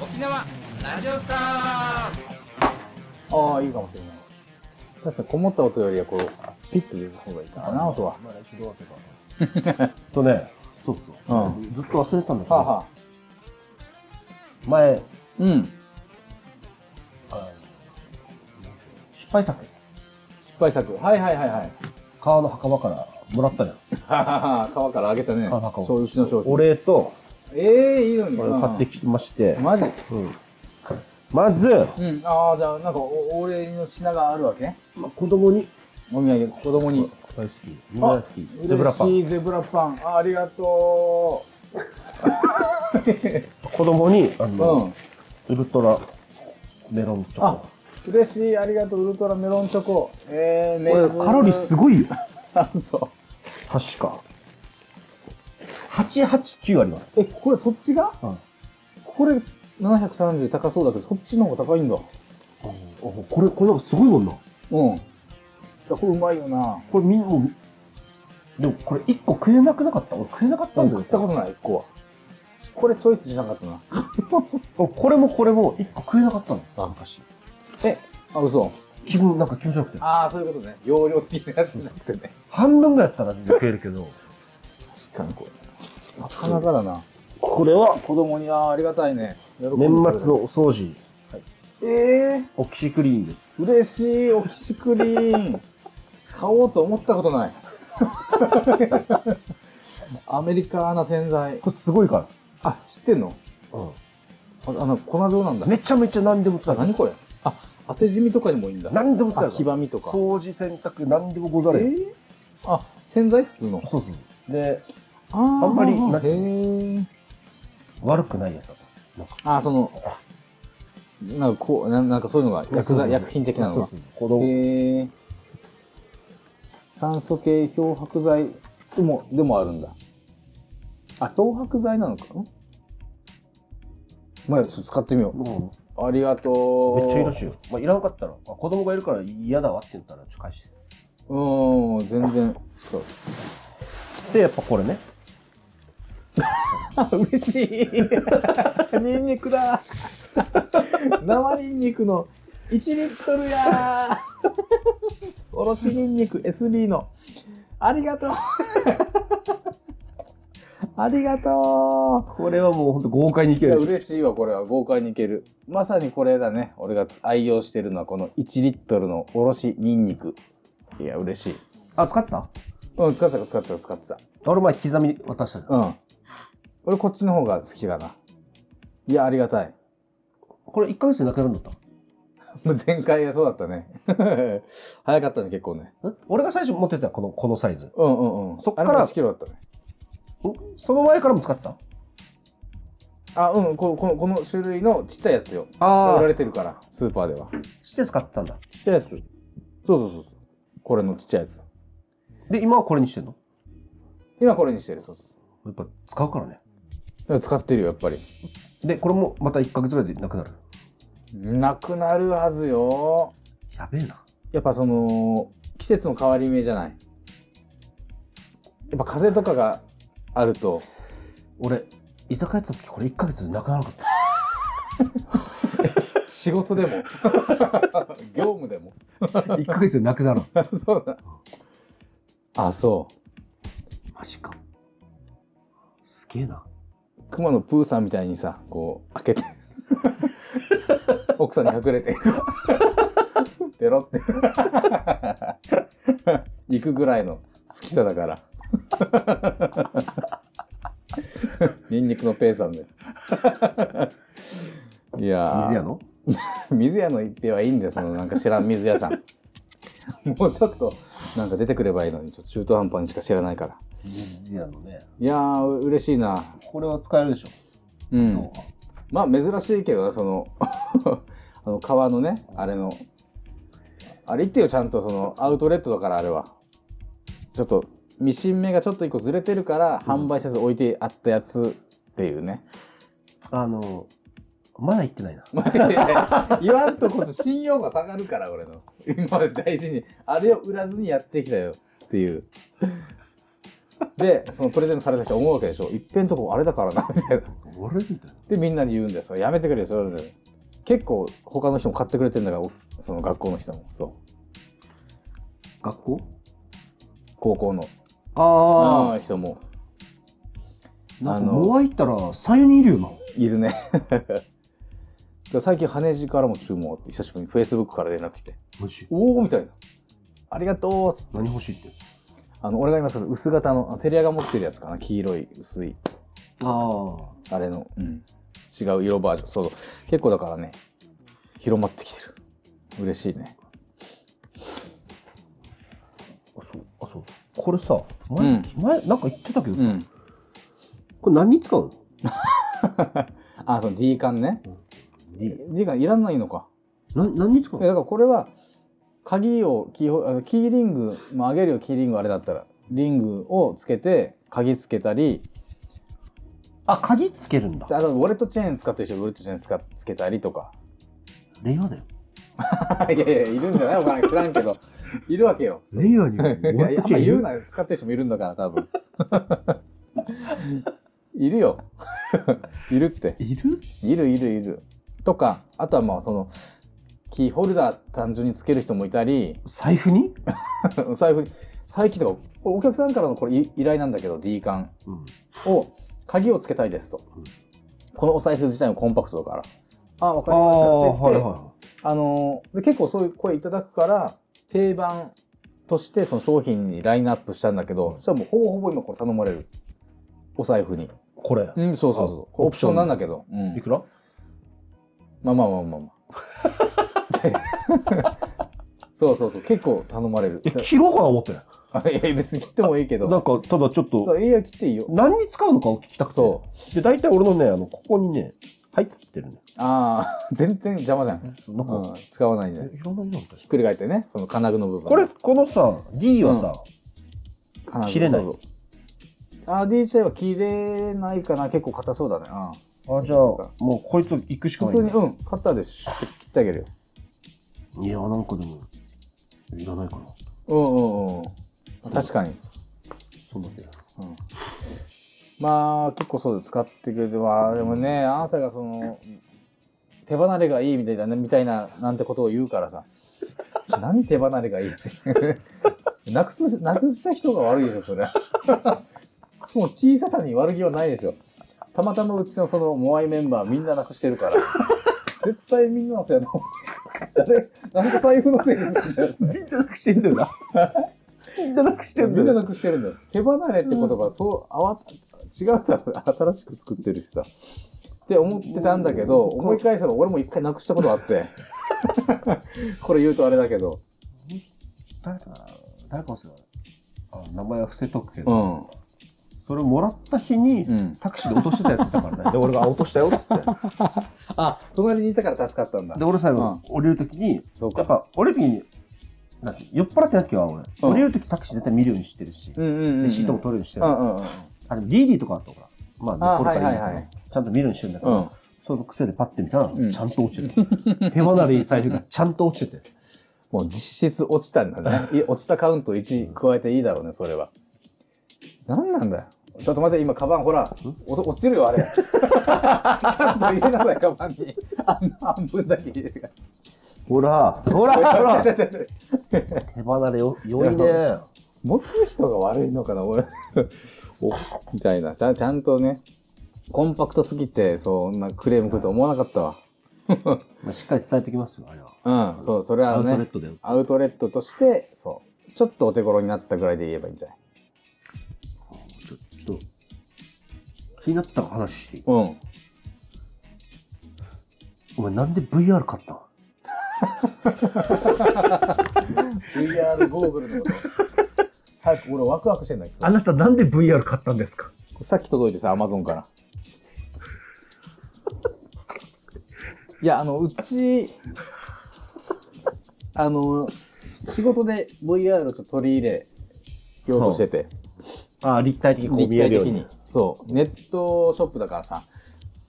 沖縄ラジオスターああ、いいかもしれない。確かにこもった音よりはこう、ピッと出た方がいいかな、音は。まだ一度当てた。 とね、そうそう。うんずっと忘れてたんだけはど、あ、はあ、前、うん。あの失敗作、失敗作。はいはいはいはい。川の袴からもらったじゃん。ははは川からあげたね。川の袴そう、うちの商品。お礼と、ええいいのに。これ買ってきまして、マジうんまず、うん。ああ、じゃあ、なんかお、お礼の品があるわけね。まあ子供に、お土産、子供に。大好き、みんな大好き、ゼブラパ嬉ン。しいゼブラパン。あありがと子供に、あう。うのん、。ウルトラメロンチョあコ。、嬉しい。ありがとう。ウルトラメロンチョコ。ええー、これカロリーすい。ごいよ。あ、そう。確か。889あります。え、これそっちがうんこれ730高そうだけど、そっちの方が高いんだ。あこれ、これなんかすごいもんな。うん。いや、これうまいよな。これみんもう、でもこれ1個食えなくなかった俺食えなかったんだ食っよ。たことない、一個は。これチョイスしなかったな。俺これもこれも1個食えなかったの。あ昔。え、あ、嘘。気分なんか気持ちよくて。ああ、そういうことね。容量的なやつじゃなくて ね。半分ぐらいだったら全然食えるけど。確かにこれ。なかなかだな。これは子供に、ああ、ありがたいね。年年末。のお掃除、ええオキシクリーンです。嬉しい、オキシクリーン。買おうと思ったことない。アメリカーな洗剤。これすごいかあ、知ってんのあ、ら。あの、粉状なんだ。めちゃめちゃ何でも使える。何これあ、汗染みとかにもいいんだ。何でも使えあ、る。黄ばみとか。掃除、洗濯、何でもござれ。えーあ、洗剤普通の。そうそう。で、あーあんまりなくへー悪くないやつだった。あ、その、なんかこう、ななんかそういうのが薬剤、薬品的なのがそ。うそう。子へ供、ー酸素系漂白剤でも、でもあるんだ。あ、漂白剤なのかなまあ、ちょっと使ってみようんう。ありがとう。めっちゃいいらしいよ。まあ、いらなかったら、あ子供がいるから嫌だわって言ったら、ちょっと返して。うん、全然。そう。で、やっぱこれね。あ嬉しいニンニクだ生ニンニクの1リットルやおろしニンニク SB のありがとうありがとこれはもう本当豪快にいうけいやる。嬉しいわこれは豪快にいけるまさにこれだね俺が愛用してるのはこの1リットルのおろしニンニクいや嬉しいあ、使ってたうん使ってた使ってた使ってた俺前刻み渡したじゃん。うん俺こっちの方が好きだないやありがたいこれ1ヶ月でなくなるんだったもう前回はそうだったね。 早かったね、結構ね。ん俺が最初持ってたこの、このサイズ。んうんうんうん。そっからあれも1キロだったね。その前からも使ってたあ、うん、ここのこの種類のちっちゃいやつよ。売あらあ、れてるから、スーパーでは。して使ってたんだ。ちっちゃいやつ。そうそうそうそう。これのちっちゃいやつ。で、今はこれにしてんの今これにしてる。そうそうやっぱ使うからね。そう。でも使ってるよ、やっぱり。で、これもまた1ヶ月ぐらいでなくなる。なくなるはずよ。やべえな。やっぱその、季節の変わり目じゃない。やっぱ風とかがある と、俺、居酒屋やってた時これ1ヶ月でなくならなかった。仕事でも、 業務でも。 1ヶ月でなくなる。 そうだ。あ、そう。マジか。すげえな。熊のプーさんみたいにさこう開けて奥さんに隠れてペロって行くぐらいの好きさだからニンニクのペーさんでいやー水屋の水屋の一平はいいんだよそのなんか知らん水屋さんもうちょっとなんか出てくればいいのにちょっと中途半端にしか知らないから水屋のね。いやー嬉しいなこれは使えるでしょ。うんまあ珍しいけどなその あの川のねあれのあれ言ってよちゃんとそのアウトレットだからあれはちょっとミシン目がちょっと一個ずれてるからうん販売せず置いてあったやつっていうね、あの、まだ行ってないな。言わんとこそ信用が下がるから俺の今まで大事にあれを売らずにやってきたよっていうでそのプレゼントされた人は思うわけでしょ一んとこあれだからなみたいな俺みたいでみんなに言うんですよやめてくれよそれ結構他の人も買ってくれてんだからおその学校の人もそうな。学校高校のあうん人もあ。なんか、あのモア行ったら3、4人いるよな。いるね 最近羽地からも注文あって久しぶりにフェイスブックから連絡来てマジ「おお!」みたいな「ありがとう!」つって何欲しいって。あの俺が今その薄型のあテリアが持ってるやつかな黄色い薄いああ。あれの、うん、違う色バージョンそうそう結構だからね広まってきてる嬉しいねあそうあそうこれさ前,、うん前なんか言ってたけど、うんこれ何に使うのあその D 缶ね D 缶いらないのかな何に使うえだのからこれは鍵をキーホあのキーリング、まあ、あげるよキーリングあれだったらリングをつけて鍵つけたりあ鍵つけるんだあとウォレットチェーン使ってる人ウォレットチェーン使つけたりとか レアだよいやいやいるんじゃないわからん知らんけどいるわけよレ アにいややっぱ言うなよ使ってる人もいるんだから多分 いるよ いるっているいるいるいるとかあとはまあそのキーホルダー単純につける人もいたり財布に、お財布に最近とかこれお客さんからのこれい依頼なんだけど D 缶うん、を鍵をつけたいですと、うんこのお財布自体もコンパクトだからあわかありましたあって言っはいてはいはあのーで結構そういう声いただくから定番としてその商品にラインナップしたんだけどそしたらもうほぼほぼ今これ頼まれるお財布にいこれうんそうそうそうあオプションなんだけど、ういん、くらまあまあまあまあま あでそうそうそう結構頼まれるえ 切ろうかな思ってなあいや別に切ってもいい けどんかただちょっそとう、いいよ、切っていいよ。何に使うのかを聞きたくてそうで大体俺のねあのここにね入ってるねう。ああ、 全然邪魔じゃん。なんうか、ん、使わないね。えいらないなんかひっくり返ってね、その金具の部分。これ、このさ D はさ、金具切れない。そうそうあー、DJI は切れないかな。結構硬そうだね。うあじゃあもうこいつ行くしかん、な普い通んに、だうん、カッターでシュッて切ってあげるよ。いやなんかでもいらないかなうんうんうん。確かに。そうなんだ ようんまあ、結構そうで使ってくれて、まあ、でもね、あなたがその、手離れがいいみたいな、みたいな、なんてことを言うからさ、何手離れがいいって。 なくす、なくした人が悪いでしょ、それは。もう小ささに悪気はないでしょ。たまたまうちのその、モアイメンバーみんななくしてるから、絶対みんなのせいだと思う。誰、 なんで財布のせいにするんだよ。みんななくしてんだよな。みんななくしてんだみんなよ。なくしてるんだよ。手離れって言葉、そう、あわ、違うだろ、新しく作ってるしさ。って思ってたんだけど、うん思い返せば俺も一回なくしたことあって。これ言うとあれだけど。誰かな誰かもしれない。あ名前は伏せとくけうど、ん。それをもらった日に、うん。タクシーで落としてたやつだから ね。で、俺があ落としたよっつって。あ、隣にいたから助かったんだで、。俺最う後ん、降りるときに、そうやっか。ぱ降りるときに、なんて酔っ払ってないときは俺、降りるときタクシー絶対見るようにしてるし、うんうんうん。でシートも取るようにしてうる。んうんうん。あれ、リーディーとかあったから、まあ、あ残るからいいはいはいはけいど、ちゃんと見るようにしてるんだけうど、ん。その癖でパッて見たら、うんちゃんと落ちてた。手離れ最初がちゃんと落ちてて。もう実質落ちたん だね。い落ちたカウント1加えていいだろうね、それは。何なんだよ。ちょっと待って、今、カバンほら、おと落ちるよ、あれ。ちゃんと入れなさい、カバンに。あんな半分だけ入れてから。ほら、ほら、ほら ちょちょちょちょ手離れよ、良いね。持つ人が悪いのかな、俺。 おみたいなちゃん。ちゃんとね、コンパクトすぎて、そんなクレーム来ると思わなかったまあ、しっかり伝えておきますよ、あれは。わ。うん、そう、それアはウトレッね、トだよ。アウトレットとして、そう、ちょっとお手頃になったぐらいで言えばいいんじゃないちょっと、気になった話していいうん。お前なんで VR 買ったの VR ゴーグルのこと。早く俺ワクワクしてんだけあなたなんで VR 買ったんですかど。さっき届いてさ、アマゾンから。いや、あの、うち、あの、仕事で VR をちょっと取り入れようとしてて、ああ、立体的にこう見えるように。。そう、ネットショップだからさ、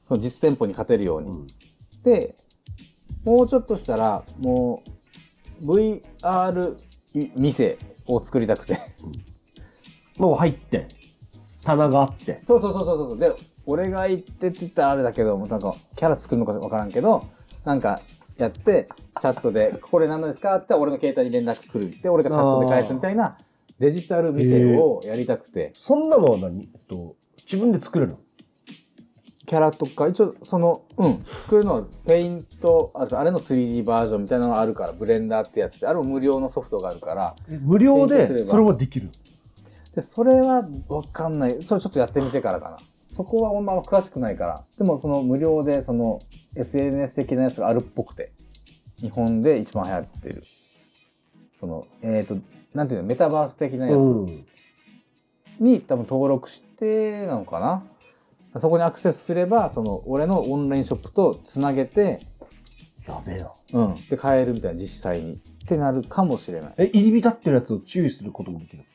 その実店舗に勝てるように。うんで、もうちょっとしたら、もう、VR い店を作りたくて。もう入って。棚があって。そうそうそうそうそう。で、俺が行ってって言ったらあれだけど、もうなんか、キャラ作るのかわからんけど、なんか、やって、チャットで、これ何なんですかって俺の携帯に連絡来るって、俺がチャットで返すみたいな、デジタル店をやりたくて、そんなのは何えっと、自分で作れるのキャラとか、一応、その、うん、作るのは、ペイント、あるあれの 3D バージョンみたいなのがあるから、ブレンダーってやつで、あれも無料のソフトがあるから、無料勉強すれでばそれはできる。で、それはわかんない。それちょっとやってみてからかな。そこはあんま詳しくないから。でもその無料でその SNS 的なやつがあるっぽくて。日本で一番流行ってる。その、えっ、と、なんていうの、メタバース的なやつうん。に多分登録してなのかな。そこにアクセスすれば、その俺のオンラインショップとつなげて、やべえな。うん、で買えるみたいな実際に。ってなるかもしれない。え、入り浸ってるやつを注意することもできる。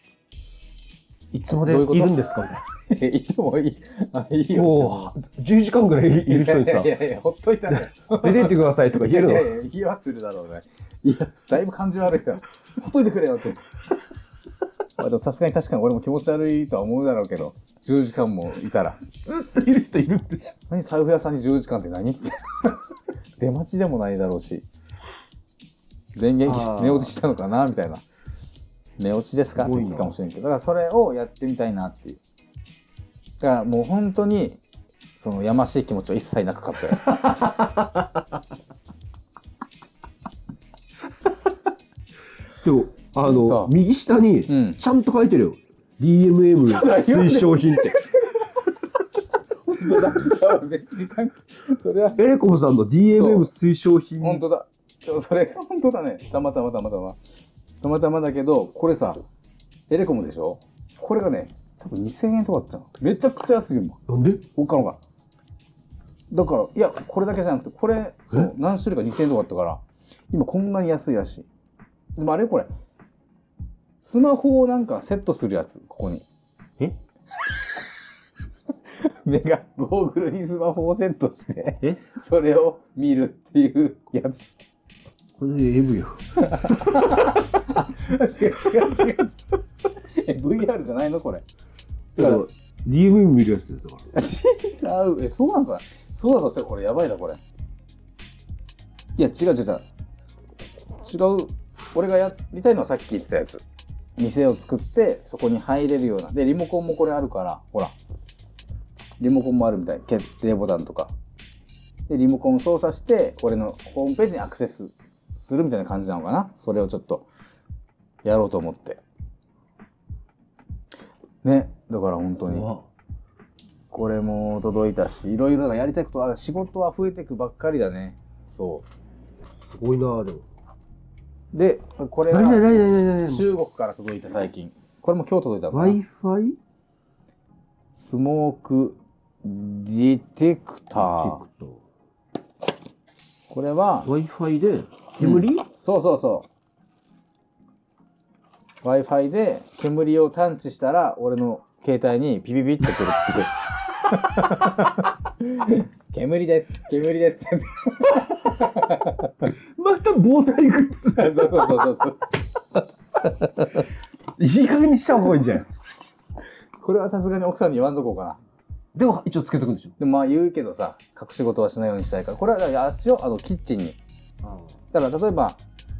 いつまでいどういうことるんですかみたい いつもいい。あ、いいな。も う、10時間ぐらいいる人にさ、いやいやいや、ほっといたら、出てってくださいとか言えるいやのいやいや、言わするだろうね。いや、だいぶ感じ悪いから、ほっといてくれよって。まあでもさすがに確かに俺も気持ち悪いとは思うだろうけど、10時間もいたら。いる人いるって。何、財布屋さんに10時間って何 って。出待ちでもないだろうし。電源切あれー寝落ちしたのかなみたいな。寝落ちですかっすてごいな言うかもしれんけど、だからそれをやってみたいなっていう。だからもう本当に、そのやましい気持ちは一切なく買ったよ。でも、あさあの、右下に、 うんちゃんと書いてるよ。DMM 推奨品って。本当だ。じゃあ別に関係それはエレコムさんの DMM 推奨品。本当だ。でもそれが本当だね。たまたまたまたま。たまたまだけど、これさ、エレコムでしょこれがね、多分2000円とかだったの。めちゃくちゃ安いもん。なんで他のが。だから、いや、これだけじゃなくて、これ、そうえ何種類か2000円とかあったから、今こんなに安いらしい。でもあれこれ、スマホをなんかセットするやつ、ここに。え 目が、ゴーグルにスマホをセットして、えそれを見るっていうやつ。これ AV よ。違う違う違う違う え VR じゃないのこれだから DMM 見るやつだか違ら。うえそうなんかそうだとしてこれやばいなこれいや違う違う違う違う俺がやりたいのはさっき言ったやつ店を作ってそこに入れるようなでリモコンもこれあるからほらリモコンもあるみたい決定ボタンとかでリモコンを操作して俺のホームページにアクセスするみたいな感じなのかなそれをちょっとやろうと思ってねだから本当にこれも届いたし、いろいろやりたいことは、仕事は増えていくばっかりだね。そすごいなぁ、でも。う。で、これ何は何何何何中国から届いた最近。これも今日届いたのかな ?Wi-Fi? スモークディテクター。これは、 Wi-Fi で煙、そうそうそう。Wi-Fi で煙を探知したら、俺の携帯にピピピってくる っていう。煙です。煙ですって。また防災グッズ。そうそうそうそうそう。いい加減にした方がいいんじゃん。これはさすがに奥さんに言わんとこうかな。でも一応つけとくんでしょ。でもまあ言うけどさ隠し事はしないようにしたいからこれはだからあっちをあのキッチンにだから例えば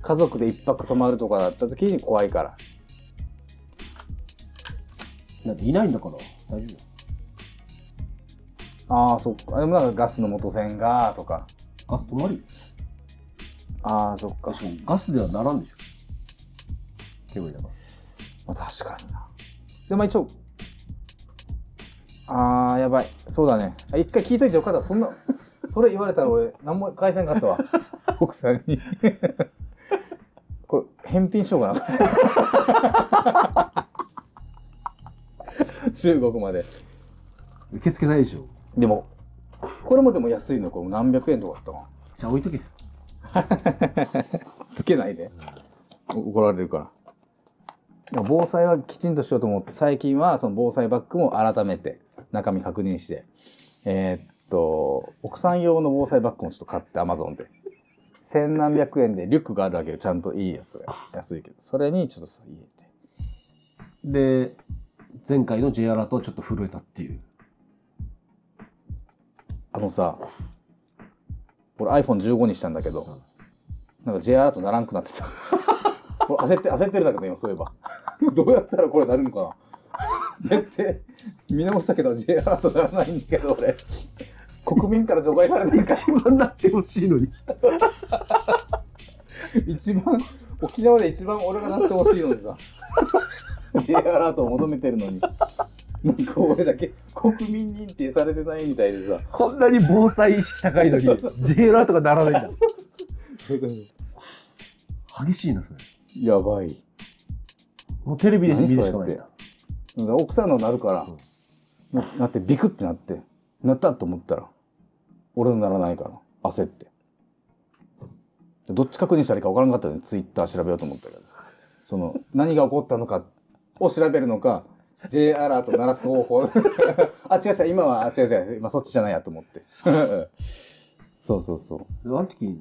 家族で一泊泊まるとかだった時に怖いからだっていないんだから。大丈夫ああそっかでもなんかガスの元栓がとかガス止まるよ。ああそっか、しかもガスではならんでしょ。煙だから。まあ、確かになでまあ一応あーやばいそうだねあ一回聞いといてよかったそんなそれ言われたら俺何も返せんかったわ奥さんに これ返品しようかな中国まで受け付けないでしょ。でもこれもでも安いのこれも何百円とかだっじゃあ置いとけ。たなつけないでお怒られるからでも防災はきちんとしようと思って最近はその防災バッグも改めて中身確認してえーっと奥さん用の防災バッグもちょっと買ってアマゾンで千何百円でリュックがあるわけよちゃんといいやつが安いけどそれにちょっと入れてで前回の J アラートはちょっと震えたっていう。あのさ俺 iPhone15 にしたんだけどなんか J アラートならんくなってた 俺焦って焦ってるんだけど今そういえば どうやったらこれなるのかな絶対見直したけど J アラートならないんだけど俺国民から除外されないから 一番なってほしいのに。一番沖縄で一番俺がなってほしいのにさ J アラートを求めてるのになんか俺だけ国民認定されてないみたいでさこんなに防災意識高いの に、J アラートがならないんだ。激しいな、それ。やばいもうテレビで見るしかないんだ。なんか奥さんのなるからななってビクってなってなったと思ったら俺のならないから焦ってどっち確認したらいいか分からなかったのでツイッター調べようと思ったけどそ の何が起こったのかを調べるのか J アラート鳴らす方法 あ違う違う今はあ違う違う今そっちじゃないやと思って そうそうそうあの時、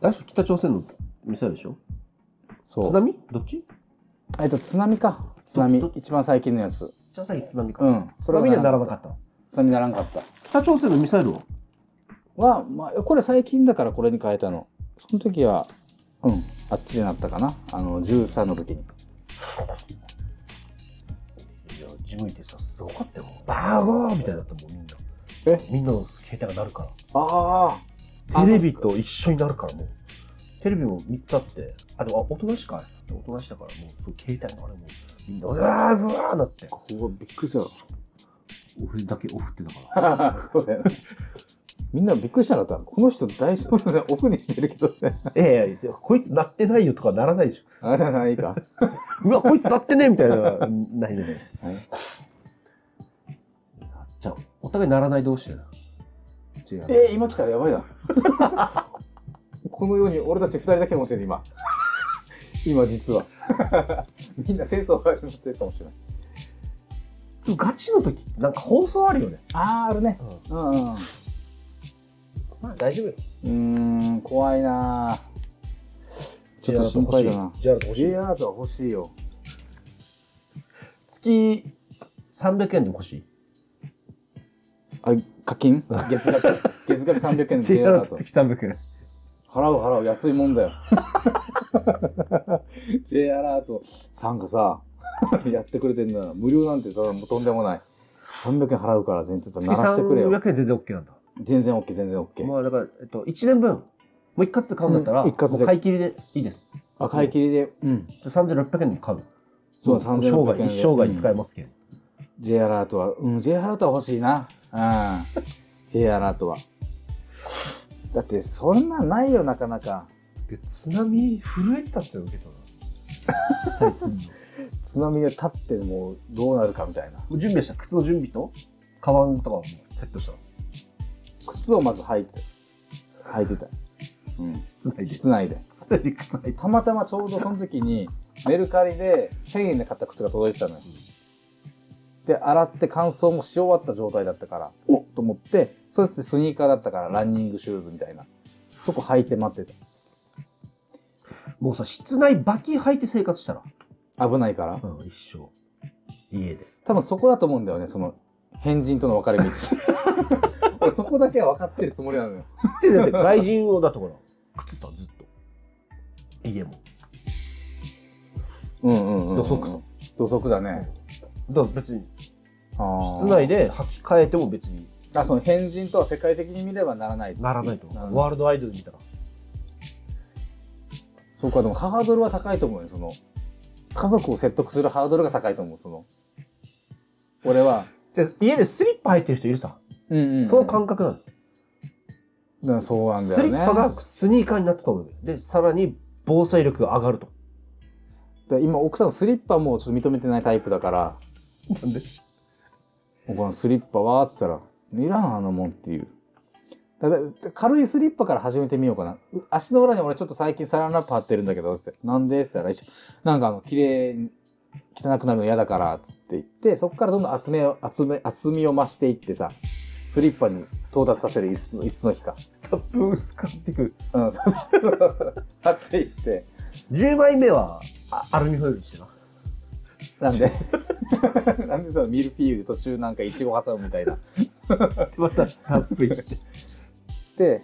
来週北朝鮮のミサイルでしょそう津波どっちえっと津波か津波一番最近のやつ朝鮮津波か。うん津波にはならなかった。津波ならんかった北朝鮮のミサイルはは、まあ、これ最近だからこれに変えたのその時はうんあっちになったかなあの13の時にいや、ジム行ってさ、すごかったよ。バーゴーみたいだったもん、みんな。えみんなの携帯がなるかああら。テレビと一緒になるから、もう。テレビも見たって、あ、でも、あおとなしか。おとなしだから、もう、そう携帯のあれも、みんな、うわー、うわーなって。ここびっくりした俺だけオフってだか ら。そうだよねみんなびっくりしなかったこの人大丈夫だねオフにしてるけどねええこいつ鳴ってないよとかならないでしょ。あれないかうわ、こいつ鳴ってねえみたいな。うんないね。はいじゃあ、お互い鳴らない同士だな。違う。えー、今来たらやばいなこのように俺たち2人だけかもしれない今 今実は みんな戦争が始まってるかもしれないでもガチの時なんか放送あるよね。あああるねうん、うんまあ大丈夫よ。うーん、怖いなぁちょっと心配だな。 J アラート欲しい。J アラート欲しい J アラートは欲しいよ。月300円でも欲しい。あ、課金月 額、月額300円の J アラート。 月300円。払う払う、安いもんだよ。J アラートさんがさ、 やってくれてんだ無料なんてさ、もうとんでもない。300円払うから全然ちょっと鳴らしてくれよ。 300円全然 OK なんだ。全然 OK、全然 OK。まあだから、えっと、1年分、もう一括で買うんだったら、うん一括でもう買い切りでいいです。あ、買い切りで、うん。じゃあ3600円で買う。そう、も3600生円で涯、一生涯使えますけど。 J アラートは、うん、J アラートは欲しいな。うん。J アラートは。だって、そんなんないよ、なかなか。で津波震えてたって受けたな。津波が立ってもうどうなるかみたいな。準備した靴の準備とカバンとかもセットしたの靴をまず履いて、履いてた。うん、室内で室内で。室内で靴履いてたまたまちょうどその時に、メルカリで1000円で買った靴が届いてたのよ。で、洗って乾燥もし終わった状態だったから、おっと思って、それってスニーカーだったから、ランニングシューズみたいな。そこ履いて待ってもうさ室内バキ履いて生活したら、た。危ないから。うん、一生家で多分そこだと思うんだよねその変人との分かれ 道俺そこだけは分かってるつもりなのよでだって外人をだとほら靴だずっと家もうんうんうん土足土足だねだから別にあー室内で履き替えても別にあその変人とは世界的に見ればならないならないとならないワールドアイドル見たらそうかでもハードルは高いと思うよその家族を説得するハードルが高いと思うその俺はじゃあ家でスリッパ履いてる人いるさ、うんうん、その感覚なの、だからそうなんだスよねリッパがスニーカーになってたのよでさらに防災力が上がるとで今奥さんスリッパもちょっと認めてないタイプだからなんでこのスリッパはって言ったら、いらん、あのもんっていう。だだ軽いスリッパから始めてみようかな。う足の裏に俺ちょっと最近サランラップ貼ってるんだけど、つって。なんでって言ったら、一緒なんかあの、綺麗に汚くなるの嫌だから、つって言って、そこからどんどん厚めを、厚め、厚みを増していってさ、スリッパに到達させるいつの、いつの日か。タップ薄くなっていくうん、 そうそうそう。貼っていって。 10枚目はあアルミホイルにしてな。なんで なんでそのミルフィーユで途中なんかいちご挟むみたいな。またたっぷりして。で、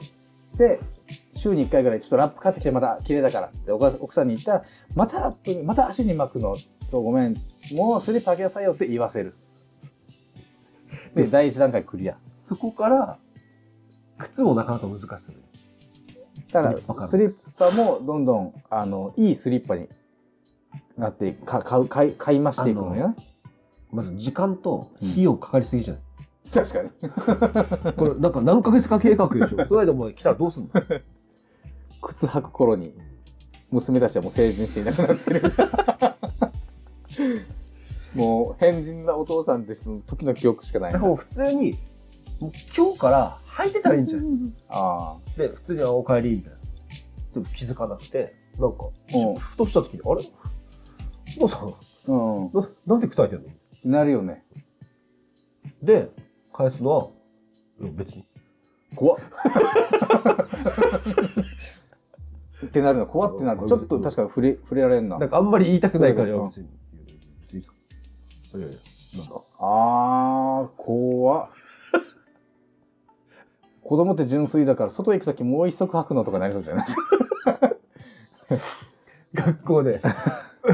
で、週に1回ぐらいちょっとラップ買ってきてまた綺麗だからってお母さん奥さんに言ったら、またラップ、また足に巻くの。そう、ごめん。もうスリッパあげなさいよって言わせる。で、第一段階クリア。そこから、靴もなかなか難しい。たスリッパだからスリッパもどんどんあのいいスリッパになっていくか買う買い買い増していくのよねまず時間と費用かかりすぎじゃない、確かにこれなんか何ヶ月か計画でしょ。 その間お前来たらどうすんの靴履く頃に娘たちはもう成人していなくなって るもう変人なお父さんってその時の記憶しかないだからもう普通に、もう今日から履いてたらいいんじゃないあで、普通にあお帰りみたいな。でも気づかなくて、なんか、うんふとした時に、あれお父さん、あうななんで靴履いてんのんなるよねで、返すのは、いや別に。怖っってなるの怖ってなるちょっと確かに触れ触れられんななんかあんまり言いたくないから、いそうやだよ別に。別にいやいや、なんだ。あー、怖っ。 子供って純粋だから、外行くときもう一足履くのとかなりそうじゃない学校で、な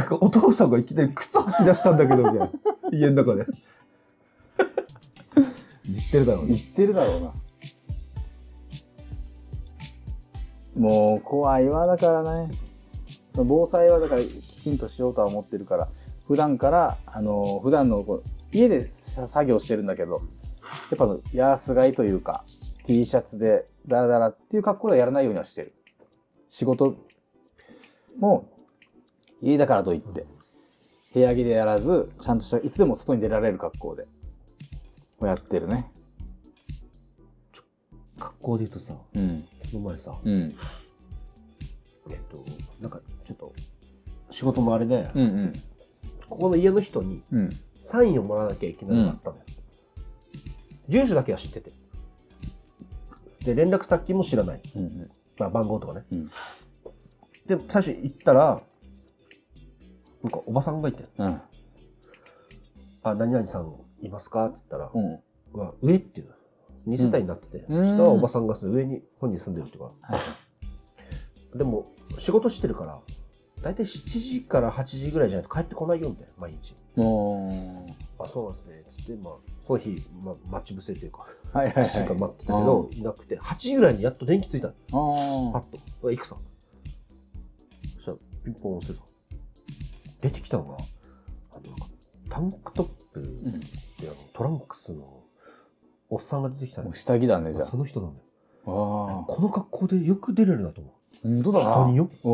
んかお父さんがいきなり靴履き出したんだけど、みたいな。家の中で。言ってるだろう言ね。ってるだろうな。もう怖いわ、だからね。防災はだからきちんとしようとは思ってるから、普段から、あの、普段のこう家でさ作業してるんだけど、やっぱあの安がいというか、T シャツでダラダラっていう格好ではやらないようにはしてる。仕事も家だからといって、部屋着でやらず、ちゃんとした、いつでも外に出られる格好で、やってるね。学校で言うとさ、うん。この前さ、うん。えっと、なんかちょっと、仕事もあれで、うんここの家の人にうん。うん。サインをもらわなきゃいけないのがあったのよ。住所だけは知ってて。で、連絡先も知らない。うん。まあ、番号とかね。うんで、最初行ったら、なんかおばさんがいて、うん。あ、何々さんいますかって言ったら、うん。は上っていうの2世帯になってて、うん下はおばさんが住む上に本人住んでるっていうか、はでも仕事してるから大体7時から8時ぐらいじゃないと帰ってこないよみたいな毎日もあそうなんですねつってまあその日、まあ、待ち伏せというかう、はいはい1週間は待ってたけど、いなくて8時ぐらいにやっと電気ついたのパッい。と「あ行くさ」そしたらピンポン押せた出てきたのがあのなんかタンクトップうんで、あのトランクスのおっさんが出てきたああ。のもう下着だね、じゃあ。その人なんだよああ。この格好でよく出れるなと思本う。当だな。人よ。お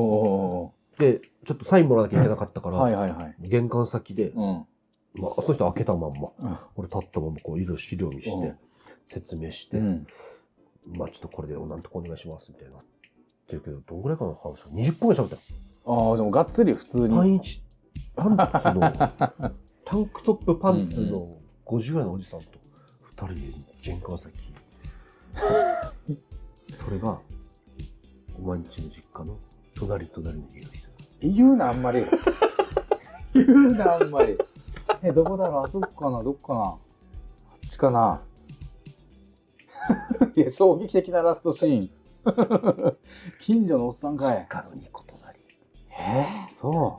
おで、ちょっとサインもらわなきゃいけなかったかー。ら、はいはいはい。玄関先で、うん。まあ、その人開けたまんま、うん俺立ったままこういろいろ資料見して、うん説明して、うん。まあちょっとこれでなんとかお願いしますみたいな。っていうけど、どんぐらいかな話を20分ぐらい喋ったよああ、でもがっつり普通に。単一、パ ンツの、タンクトップパンツうの50ぐらいのおじさんと、2人で玄関 先。それが、お前んちの実家の隣隣の家の人。言うな、あんまり。言うな、あんまり。え、どこだろうあそこかなどこかなあっちかないや、衝撃的なラストシーン。近所のおっさんかい。カロニコ隣。えー、そ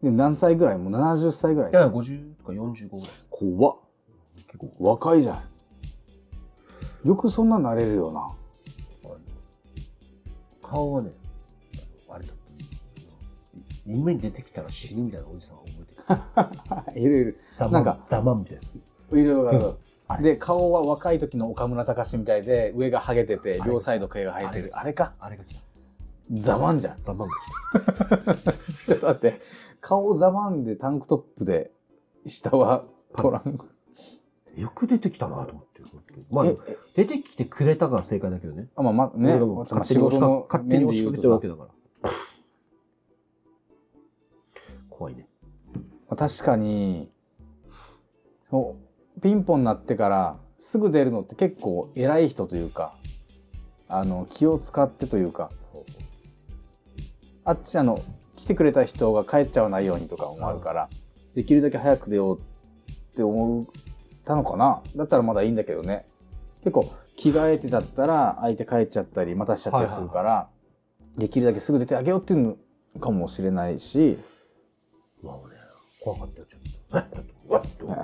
う。で何歳ぐらいもう70歳ぐらいい。や、50とか45ぐらい。怖っ。結構、若いじゃん。よくそんななれるよな。あの顔はね、あれだった。夢に出てきたら死ぬみたいなおじさんを覚えてる。 いろいろ。ざ まなんか、ざまんみたいな。いろいろあるあれで、顔は若い時の岡村隆史みたいで、上がハゲてて、両サイド毛が生えてる。あれか。あれが来た。ざまんじゃん。 ざまんがちょっと待って。顔ざまんでタンクトップで、下はトランク。来た。よく出てきたなと思って。本当にまあ、え出てきてくれたが正解だけどね。あ、まあ、まあ、ね。俺らもまあ勝手に押しか勝手に押しかけてるわさけだから。怖いね。まあ確かにそうピンポンになってからすぐ出るのって結構偉い人というかあの気を使ってというかあっちあのき来てくれた人が帰っちゃわないようにとかもあるから、できるだけ早く出ようって思ったのかなだったらまだいいんだけどね結構着替えてだったら相手帰っちゃったりまたしちゃったりするから、できるだけすぐ出てあげようっていうのかもしれないし、まあね、怖かったよ、ちょっと。えっうわっとえー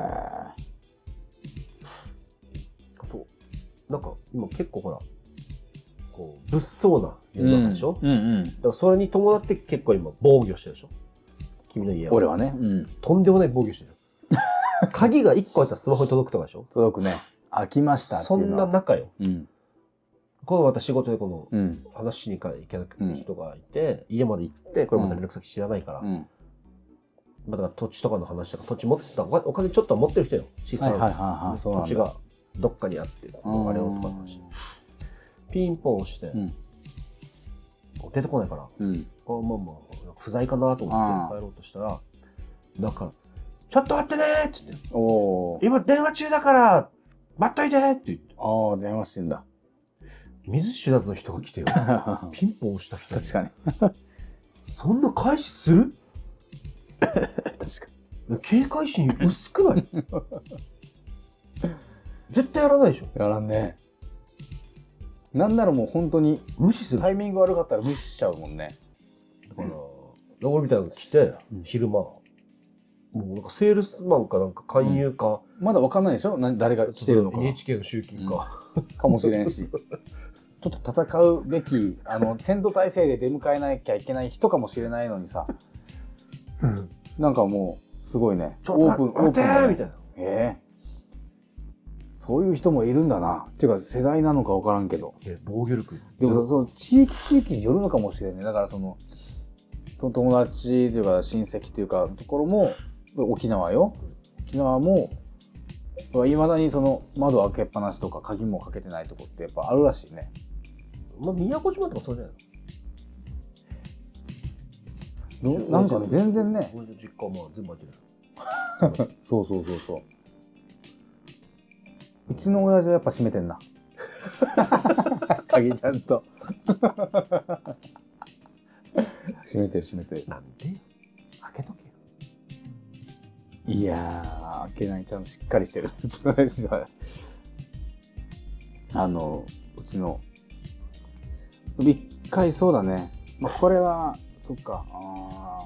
あと、なんか今結構ほら、こう、物騒な世の中でしょ、うんうんうんだからそれに伴って結構今防御してるでしょ君の家は。俺はね、うん、とんでもない防御 してる。鍵が1個あったらスマホに届くとかでしょ届くね飽きましたってそいうのんなは中よ。うんこのまた仕事でこのうん話しに行かないといけない人がいて、家まで行って、これまた連絡先知らないから、うんまあだから土地とかの話とか、土地持ってたお金お金ちょっとは持ってる人よ。資はい産、はいはいはいそうな土ん地だがどっかにあって、お金をとかの話。ピンポン押して、うん出てこないから、うんあまあまあ、不在かなと思って帰ろうとしたら、なんか、ちょっと待ってねーって言って、おおー今電話中だから、待っといてーって言って、ああ電話してんだ 見ず知らずの人が来てよ。確ピンポン押した人に、かにそんな返しする 確か警戒心薄く ない絶対やらないでしょ。にやらんねなんならもう本当に無視する。タイミング悪かったら無視しちゃうもんねだから、俺みたいなのが来て、うん昼間、もうなんかセールスマンかなんか勧誘か、まだわかんないでしょな誰が来てるのか NHK の集金か、かもしれんしちょっと戦うべきあの先導体制で出迎えなきゃいけない人かもしれないのにさなんかもうすごいねちょっとオー待プンオーっプてンだねみたいな。ええそういう人もいるんだなっていうか世代なのか分からんけどえ防御力でもその地域地域によるのかもしれないだからそのその友達というか親戚というかところも沖縄よ沖縄もいまだにその窓開けっぱなしとか鍵もかけてないとこってやっぱあるらしいねまあ、宮古島とかそうじゃなどいなのんかね全然ね俺の実家はまあ全部開いてる そうそうそうそううちの親父はやっぱ閉めてん な鍵ちゃんと閉めてる閉めてるなんで開けと けよいやー開けないちゃんとしっかりしてる うちの親父はあのうちの一回そうだね、まあ、これはそっかあ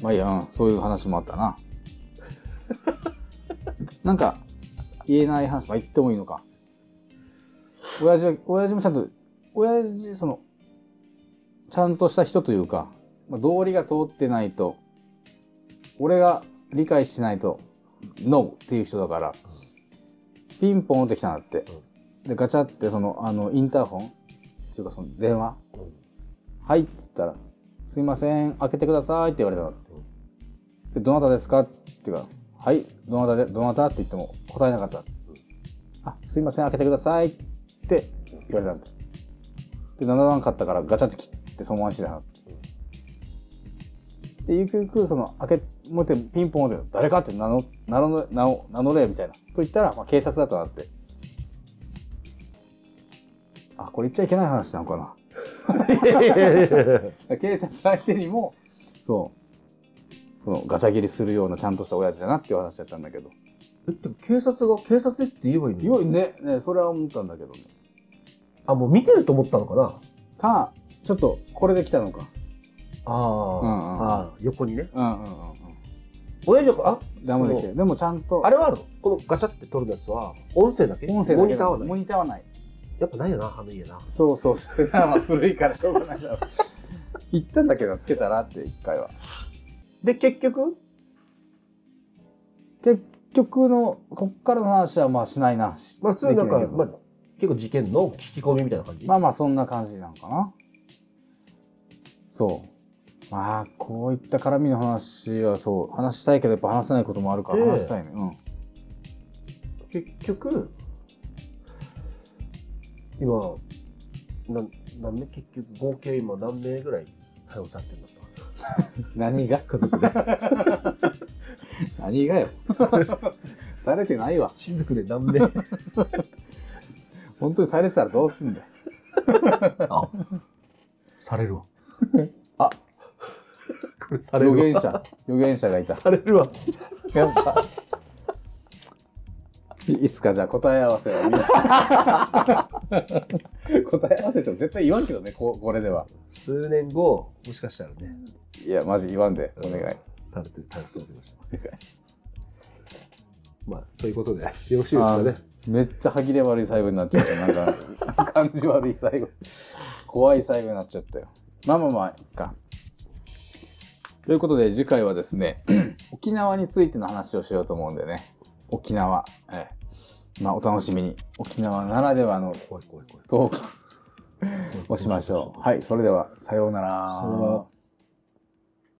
ーまあいいや、うん、そういう話もあったな なんか言えない話、まあ、言ってもいいのか親父は親父もちゃんと親父そのちゃんとした人というか、まあ、道理が通ってないと俺が理解してないと「NO」っていう人だから、ピンポンって来たんだって、でガチャってそのあのインターホンっていうかその電話「うんはい」って言ったら「すいません開けてください」って言われたのって、でどなたですか?」っていうから「はいどなたでどなた?」って言っても答えなかった、あすいません開けてください」って言われたんですでならなかったからガチャって切ってそのままにしてたのでゆくゆくその開けもう一回ピンポンで誰かって名乗名乗名を名乗れみたいなと言ったら、まあ、警察だったなってあこれ言っちゃいけない話なのかな警察相手にもそうそのガチャ切りするようなちゃんとした親父だなっていう話だったんだけどえでも警察が警察ですって言えばいいのによいねねそれは思ったんだけどねあもう見てると思ったのかなかちょっとこれで来たのかあー、うんうんうんあー横にねうんうんうん親父があうんダメで来てるでもちゃんとあれはあるのこのガチャって撮るやつは音声だけ音声だけモニターはなモいニターはないやっぱないよなあの家なそうそう、そ れはまあ古いからしょうがないだろう。言ったんだけど、つけたらって、一回は。で結局結局の、こっからの話はまあしないな。まあ普通になんか、できいけまあど、結構事件の聞き込みみたいな感じ、まあまあ、そんな感じなのかな。そう。まあ、こういった絡みの話はそう、話したいけど、やっぱ話せないこともあるから、ええ話したいね。うん。結局今なん何名結局合計今何名ぐらい逮捕されてるんだった何が 家族で何がよ。 されてないわ。親族で何名本当にされてたらどうすんだよ。されるわこれされ予る言わ。者予言者がいたされるわ。やっぱいいっすかじゃあ答え合わせをみんな 答え合わせっても絶対言わんけどねここれでは数年後、もしかしたらね、いやマジ言わんでお願いされてる、されそうでした。まあ、ということで、よろしいですあかーね。めっちゃ歯切れ悪い最後になっちゃったなんか 感じ悪い最後怖い最後になっちゃったよまあまあまあいっかということで次回はですね 沖縄についての話をしようと思うんでね沖縄、ええまあお楽しみに沖縄ならではの怖い怖い怖い。トークをしましょうはいそれではさようならさようなら